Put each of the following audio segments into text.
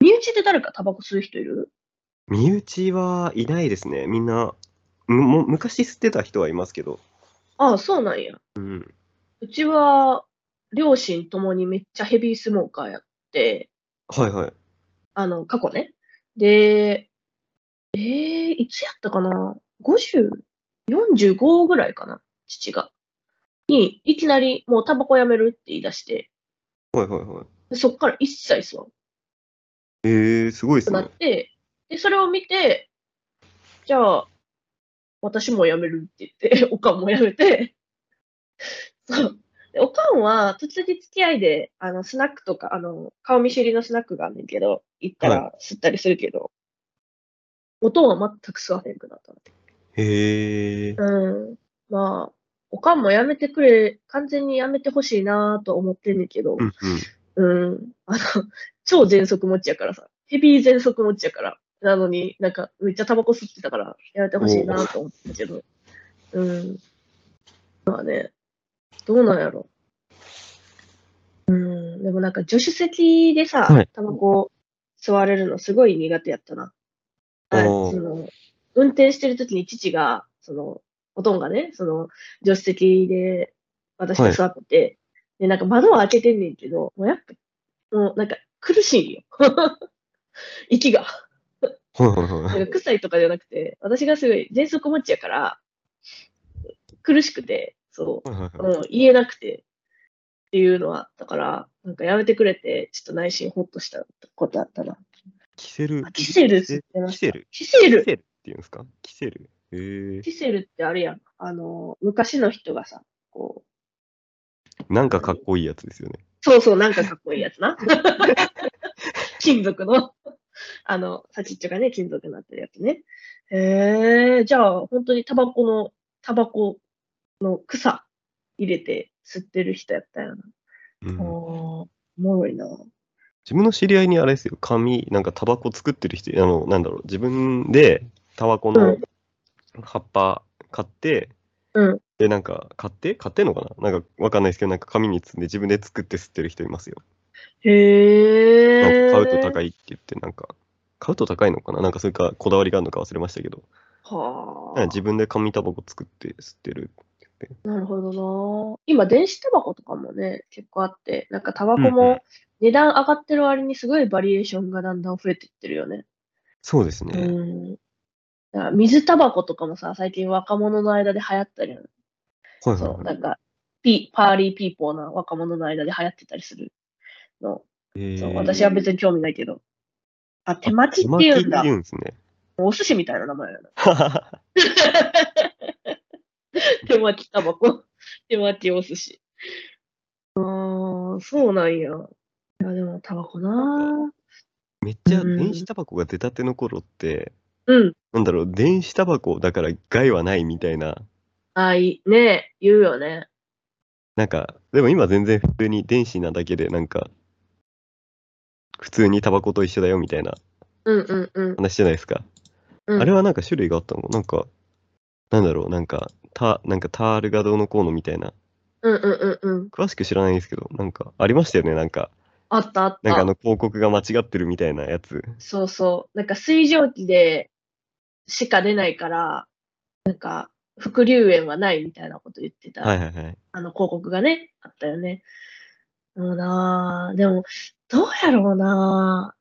内で誰かタバコ吸う人いる身内はいないですね。みんな、むも昔吸ってた人はいますけど。ああ、そうなんや。うん。うちは、両親ともにめっちゃヘビースモーカーやって、はいはい。あの、過去ね。で、えー、いつやったかな ?50、45ぐらいかな父が。に、いきなりもうタバコやめるって言い出して、はいはいはい。でそっから一切吸わんえー、すごいでくすなねっ。て、で、それを見て、じゃあ、私もやめるって言って、お かんもやめて、 そう。でおかんは、途中で付き合いで、あの、スナックとか、あの、顔見知りのスナックがあんねんけど、行ったら吸ったりするけど、おとんは全く吸わへんくなったって。へえ。うん。まあ、おかんもやめてくれ、完全にやめてほしいなとは思ってんねんけど、うんうん。うん。あの、超全速持ちやからさ。ヘビー全速持ちやから。なのに、なんか、めっちゃタバコ吸ってたから、やめてほしいなと思ったけど。うん。まあね、どうなんやろ。うん。でもなんか、助手席でさ、はいタバコ吸われるのすごい苦手やったな。あおーその、運転してる時に父が、その、おとんがね、その、助手席で私と座ってて、で、なんか窓を開けてんねんけど、もうやっぱ、もうなんか苦しいよ。 息 が。はいはいは。ないんか臭いとかじゃなくて、私がすごい喘息持ちやから、苦しくて、そう、はいはいはいもう言えなくてっていうのはあったから、なんかやめてくれて、ちょっと内心ほっとしたことあったな。キセルあ。キセル吸ってまキしたセ。ル。キセルキセルっていうんですかキセル。へえ。キセルってあれやん。あの、昔の人がさ、こう、なんかかっこいいやつですよね。そうそう、なんかかっこいいやつな。 金属の、あの、先っちょがね、金属になってるやつね。へえ、じゃあ、本当にタバコの、タバコの草入れて吸ってる人やったよな。うあんーおもろいな。自分の知り合いにあれですよ、紙、なんかタバコ作ってる人、あの、なんだろう、自分でタバコの葉っぱ買って、うんで、なんか、買って買ってんのかななんかわかんないですけど、なんか紙に包んで自分で作って吸ってる人いますよ。へえ。なんか買うと高いって言って、なんか、買うと高いのかななんかそれか、こだわりがあるのか忘れましたけど、はなんかあ。自分で紙タバコ作って吸ってる。なるほどな。今、電子タバコとかもね、結構あって、なんかタバコうんうんも値段上がってる割にすごいバリエーションがだんだん増えていってるよね。そうですうね。ん。だから水タバコとかもさ、最近若者の間で流行ったりなの、はいはいそう、は。ないんか、ピパーリーピーポーな若者の間で流行ってたりするの。えそう、私は別にに興味ないけど。あ、手巻きって言うんだ。言うんですね。お寿司みたいな名前やな。 手巻きタバコ。手巻きお寿司。あー、そうなんや。いや、でもタバコな めっちゃうん電子タバコが出たての頃って、うん。なんだろう、電子タバコだから害はないみたいな、あ、いい。ねえ、言うよね。なんか、でも今全然普通に電子なだけで、なんか、普通にタバコと一緒だよみたいなうんうんうん。話じゃないですか。うんあれはなんか種類があったのなんか、なんだろう、なんか、タなんかタールがどうのこうのみたいな、うんうんうんうん。詳しく知らないですけど、なんか、ありましたよね、なんか、あったあった。なんかあの広告が間違ってるみたいなやつ。そうそう。なんか水蒸気でしか出ないから、なんか副流煙はないみたいなこと言ってた、はいはいはい。あの広告がね、あったよね。もうなぁ、でも、どうやろうなぁ。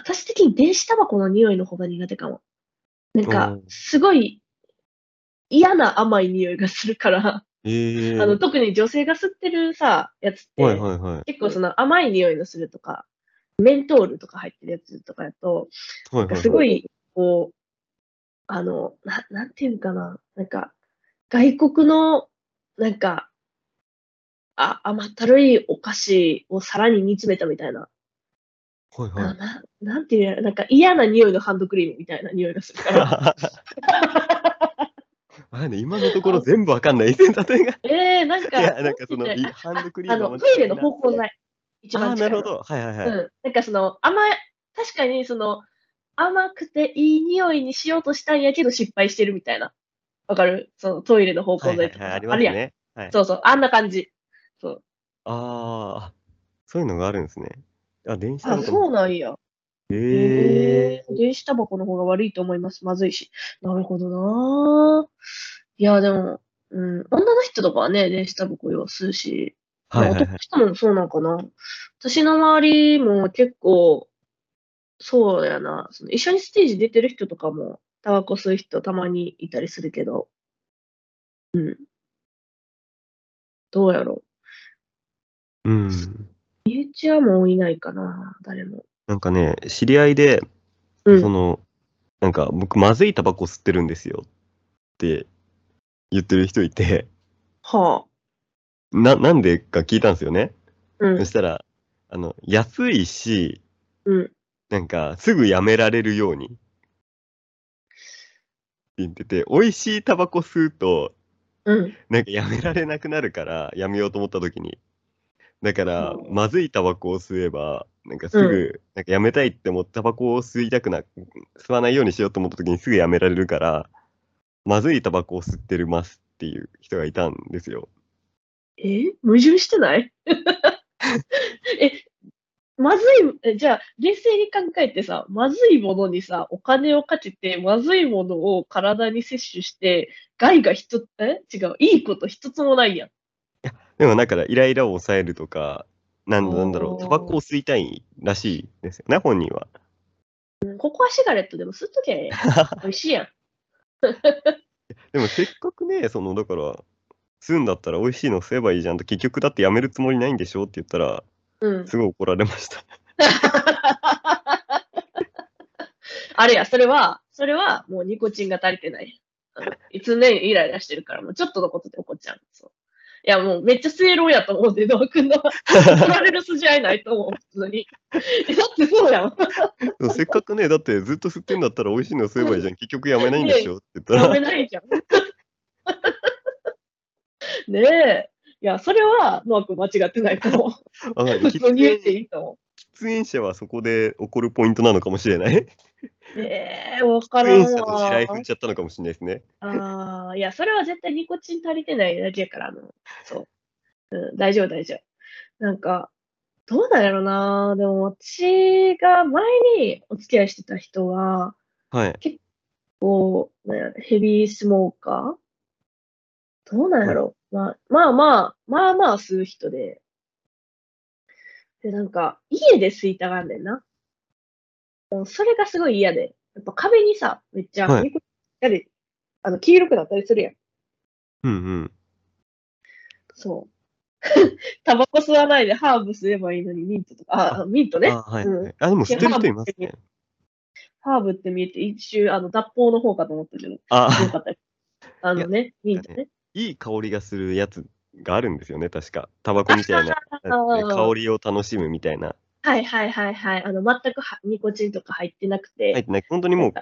私的に電子タバコの匂いの方が苦手かも。なんかう、んすごい嫌な甘い匂いがするから、えあー、の特に女性が吸ってるさ、やつって、はいはいはい。結構その甘い匂いのするとか、メントールとか入ってるやつとかやと、はなんいかはすいごはい。い、こう、あの、ななんていうんかな、なんか、外国の、なんか、あ甘ったるいお菓子を皿に煮詰めたみたいな、はいあはいななんていうんやろなんか嫌な匂いのハンドクリームみたいな匂いがするから。 あれね、今のところ全部わかんない。例えが。えー、なんか、いや、なんかその、なんてい言ハンドクうリんやーろあムの、トイレの方向が剤。一あ番あ、近ないのるほど。はいはいはい。うん。なんかその、甘い、確かにその、甘くていい匂いにしようとしたんやけど失敗してるみたいな。わかるそのトイレの方は向い剤はいとはかい、さ。ありまするやん。ね。はい、そうそう、あんな感じ。ああ、そういうのがあるんですね。あ、電子タあ、バコそうもなんや。えええー電子タバコの方が悪いと思います。まずいし。なるほどなぁいや、でも、うん、女の人とかはね、電子タバコを吸うし、はいはい男はのい。人もそうなんかな。私の周りも結構、そうだよな。その一緒にステージ出てる人とかも、タバコ吸う人たまにいたりするけど、うん。どうやろうん。う。身内はもういないかな、誰も。なんかね、知り合いで、うんその、なんか僕、まずいタバコ吸ってるんですよって言ってる人いて、はあ。な、なんでか聞いたんですよね。うんそ、したら、あの、安いし、うん。なんか、すぐやめられるように。って言ってて、美味しいタバコ吸うと、うん。なんかやめられなくなるから、やめようと思った時に。だからう、んまずいタバコを吸えば、なんかすぐ、うなんかやめたいって思って、タバコを吸いたくな、吸わないようにしようと思った時にすぐやめられるから、まずいタバコを吸ってるますっていう人がいたんですよ。え矛盾してない え、まずい、えじゃあ、冷静に考えてさ、まずいものにさ、お金をかけて、まずいものを体に摂取して、害が一つ、え違う、いいこと一つもないやん。でもだから、イライラを抑えるとか、なんだなんだろおう、ータバコを吸いたいらしいですよね、本人は。うんここはシガレットでも吸っときゃええやん。美味しいやん。でもせっかくね、そのだから、吸うんだったら美味しいの吸えばいいじゃんって、結局だってやめるつもりないんでしょって言ったら、うん。すごい怒られま した。あれや、それは、それはもうニコチンが足りてない。あ のいつね、イライラしてるから、もうちょっとのことで怒っちゃう。そういや、もうめっちゃ吸えろやと思うで、ドア 君の。怒られる筋合いないと思う、普通に。えだってそうやん。でもせっかくね、だってずっと吸ってんだったら美味しいの吸えばいいじゃん、結局やめないんでしょって言ったやめら、ないじゃん。 ねえ。いや、それは、ノア君間違ってないと思あ う。普喫通に言って煙いいと思喫煙者はそこで怒るポイントなのかもしれない。 喫う。ねえ、わからん煙者の地雷踏わん。じゃったのかもしれないですね。ああ、いや、それは絶対ニコチン足りてないだけやから、あの、そう。うん、大丈夫、大丈夫。なんか、どうなんやろな。でも、私が前にお付き合いしてた人は、はい。こう、なんやヘビースモーカーどうなんやろ、まあ、まあまあ、まあまあ吸う人で。で、なんか、家で吸いたがんねんな。もうそれがすごい嫌で。やっぱ壁にさ、めっちゃ、はいニコやであの黄色くなったりするやん。うんうん。そう。 タバコ吸わないでハーブ吸えばいいのにミントとか、あ、ミントね。あ、はい、うはい。あ、でも吸ってる人いますいやね。ハーブって見えて一瞬、あの、脱法の方かと思ったけど、よあ、かった。あのね、ミントね。 いい香りがするやつがあるんですよね、確か。タバコみたいな。 あー香りを楽しむみたいな。はいはいはいはい。あの、全くはニコチンとか入ってなくて。入ってない。本当にもう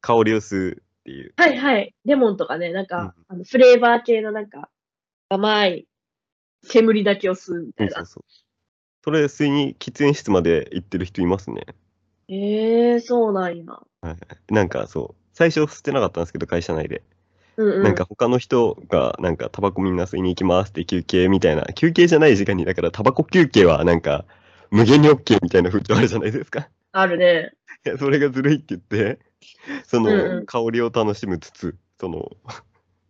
香りを吸うっていう。はいはい。レモンとかね、なんか、あのフレーバー系のなんか、甘い煙だけを吸うみたいうん、そうな。そう。それ吸いに喫煙室まで行ってる人いますね。へえー、そうなんや。なんかそう。最初吸ってなかったんですけど、会社内で。うんうん。なんか他の人が、なんかタバコみんな吸いに行きますって休憩みたいな。休憩じゃない時間に、だからタバコ休憩はなんか、無限に OK みたいな風潮あるじゃないですか。 あるね。いやそれがずるいって言って、その、うんうん香りを楽しむつつ、その、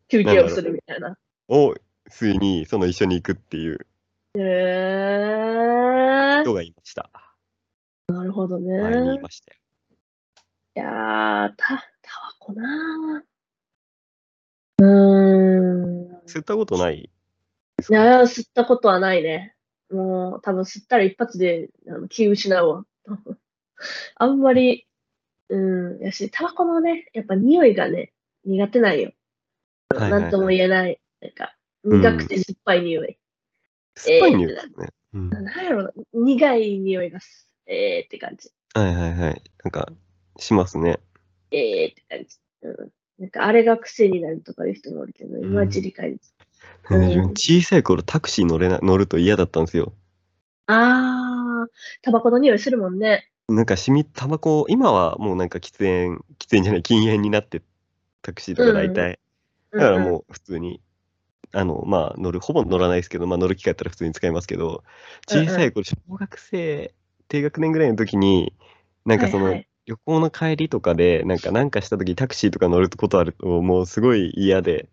休憩をするみたいな。を吸いに、その一緒に行くっていうへえー。人がいました。なるほどね。前にいましたよ。いやー、た、タバコなー。うーん。吸ったことないですいかやー、吸ったことはないね。もう、多分吸ったら一発であの気失うわ。 多分あんまり、うん、やし、タバコのね、やっぱ匂いがね、苦手なんよ。はいはいなんとも言えない。なんか、うん苦くて酸っぱい匂い。酸っぱい匂いですね。うんなんやろな、苦い匂いがす、えーって感じ。はいはいはい。なんか、しますね。えーって感じ。うん。なんか、あれが癖になるとかいう人もおるけど、いまいち理解できねうん自分小さい頃タクシー乗れな乗ると嫌だったんですよ。あー、タバコの匂いするもんね。なんかしみタバコ今はもうなんか喫煙喫煙じゃない禁煙になってタクシーとか大体、だだからもう普通にあのまあ乗るほぼ乗らないですけどまあ乗る機会あったら普通に使いますけどうんうん小さい頃小学生低学年ぐらいの時になんかその、はいはい旅行の帰りとかで、なんかなんかした時にタクシーとか乗ることあると、もうすごい嫌で、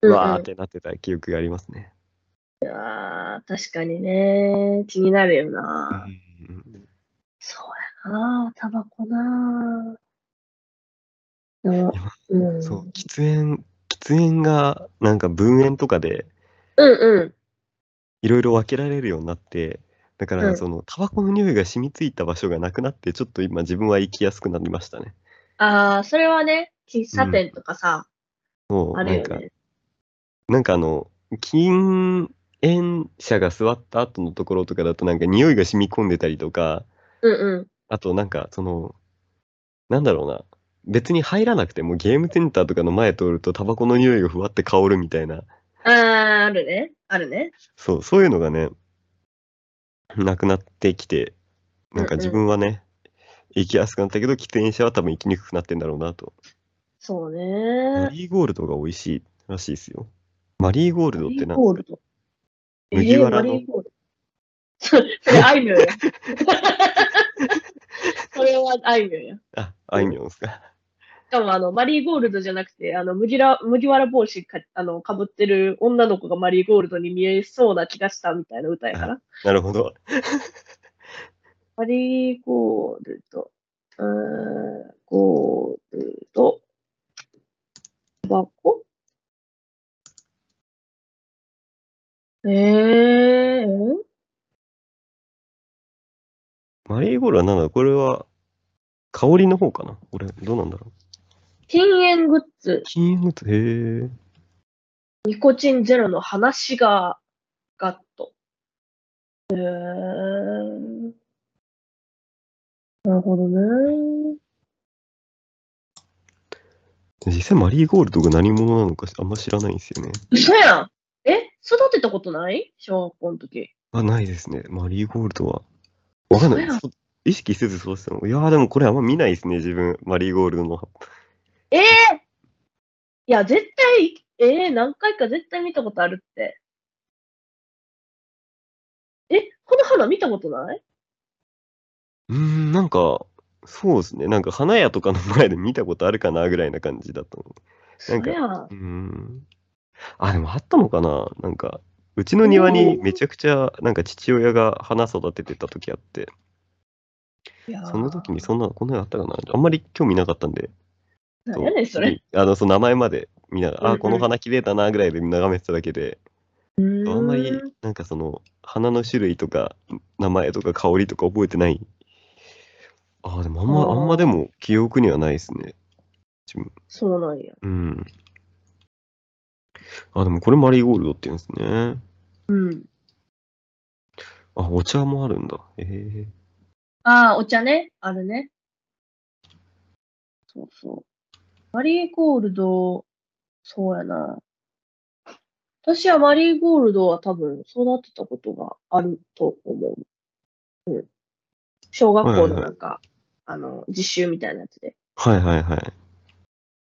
うんうんわーってなってた記憶がありますね。いやー確かにね、気になるよな。うんそうやな、タバコな。でもいや、うん、そう、喫煙、喫煙がなんか分煙とかでうんうん。いろいろ分けられるようになって、だかうらんその、タバコの匂いが染みついた場所がなくなって、ちょっと今自分は行きやすくなりましたね。ああ、それはね、喫茶店とかさ、もうあるなよんか、ね。なんかあの、禁煙者が座った後のところとかだと、なんか匂いが染み込んでたりとか、うんうん。あとなんか、その、なんだろうな、別に入らなくてもゲームセンターとかの前通ると、タバコの匂いがふわって香るみたいな、あーあるね。あるね。そう、そういうのがね、なくなってきて、なんかうんうん自分はね、行きやすくなったけど、喫煙者は多分行きにくくなってんだろうなと。そうマね。リーゴールドが美味しいらしいですよ。マリーゴールドマっリてーな、ゴールド。麦わらえーのマリーゴールド。それ、それあいみょん や。それはあいみょんや。しあ、あいみょんですか。 かも、あの、マリーゴールドじゃなくて、あの、麦ら麦わら帽子か、あの、かぶってる女の子がマリーゴールドに見えそうな気がしたみたいな歌やから。なるほど。マリーゴールド、うーん、ゴールド、タバコえー、んマリーゴールドは何だろうこれは、香りの方かなこれ、どうなんだろう禁煙グッズ、禁煙物、へえ。ニコチンゼロの話がガット。えー、なるほどね。実際マリーゴールドが何者なのかあんま知らないんですよね。嘘やんえ育てたことない小学校の時。あ、ないですね。マリーゴールドは。わかんないそうや。そ意識せずそうしたの。いやーでもこれあんま見ないですね、自分。マリーゴールドの葉っぱ。ええいや、絶対、ええ何回か絶対見たことあるって。え、この花見たことないうーん、なんか、そうですね。なんか花屋とかの前で見たことあるかなぐらいな感じだったの。そりゃあうーん。あ、でもあったのかななんか、うちの庭にめちゃくちゃ、なんか父親が花育ててた時あって、いやーその時にそんな、こんなのあったかなあんまり興味なかったんで。なんやねん、それ。。あの、その名前まで見ながら、うんうあ、んこの花綺麗だなぐらいで眺めてただけで、ああんまり、なんかその、花の種類とか、名前とか香りとか覚えてない。あー、でもあんあま、ーあんまでも記憶にはないですね。そうなんや。うん。あ、でもこれマリーゴールドって言うんですね。うん。あ、お茶もあるんだ。ええああ、お茶ね。あるね。そうそう。マリーゴールド、そうやな。私はマリーゴールドは多分育てたことがあると思う。うん。小学校のなんか、あの、実習みたいなやつで。はいはいはい。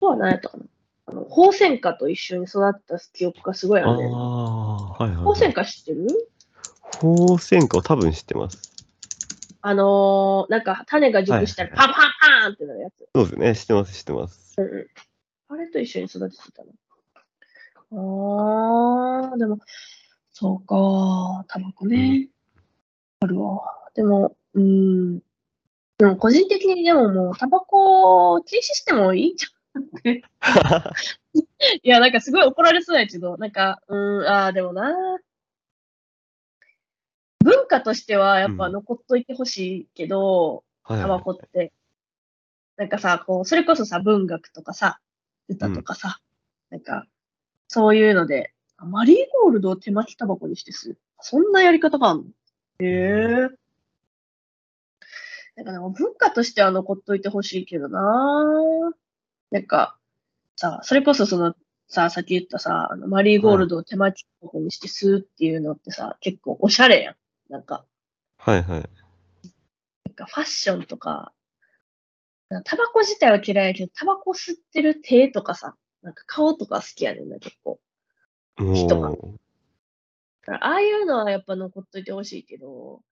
とは何やったかな。あの、ホウセンカと一緒に育った記憶がすごいああるね。あー、はいはい、ホウセはンい。カ知ってる宝仙花を多分知ってます。あのーなんか種が熟したらはいパンパンパンってなるやつ。そうですね。知ってます、知ってます。 あれと一緒に育ててたの。あー、でも、そうか、タバコね。あるわ。でも、うーん。でも、個人的に、でももう、タバコ禁止してもいいんじゃん。いや、 なんかすごい怒られそうやけど、なんか、うーん、あー、でもな。文化としては、やっぱうん残っといてほしいけど、はいタはバいコって。なんかさ、こう、それこそさ、文学とかさ、歌とかさ、なんか、そういうので、あマリーゴールドを手巻きタバコにしてする。そんなやり方があるのへえ。なんかでも文化としては残っといてほしいけどななんか、さ、それこそその、さ、さっき言ったさ、あのマリーゴールドを手巻きタバコにして吸うっていうのってさ、結構おしゃれやん。なんか、はいはい。なんかファッションとか、なんかタバコ自体は嫌いやけど、タバコ吸ってる手とかさ、なんか顔とか好きやねんな、結構。も人がう、だからああいうのはやっぱ残っといてほしいけど、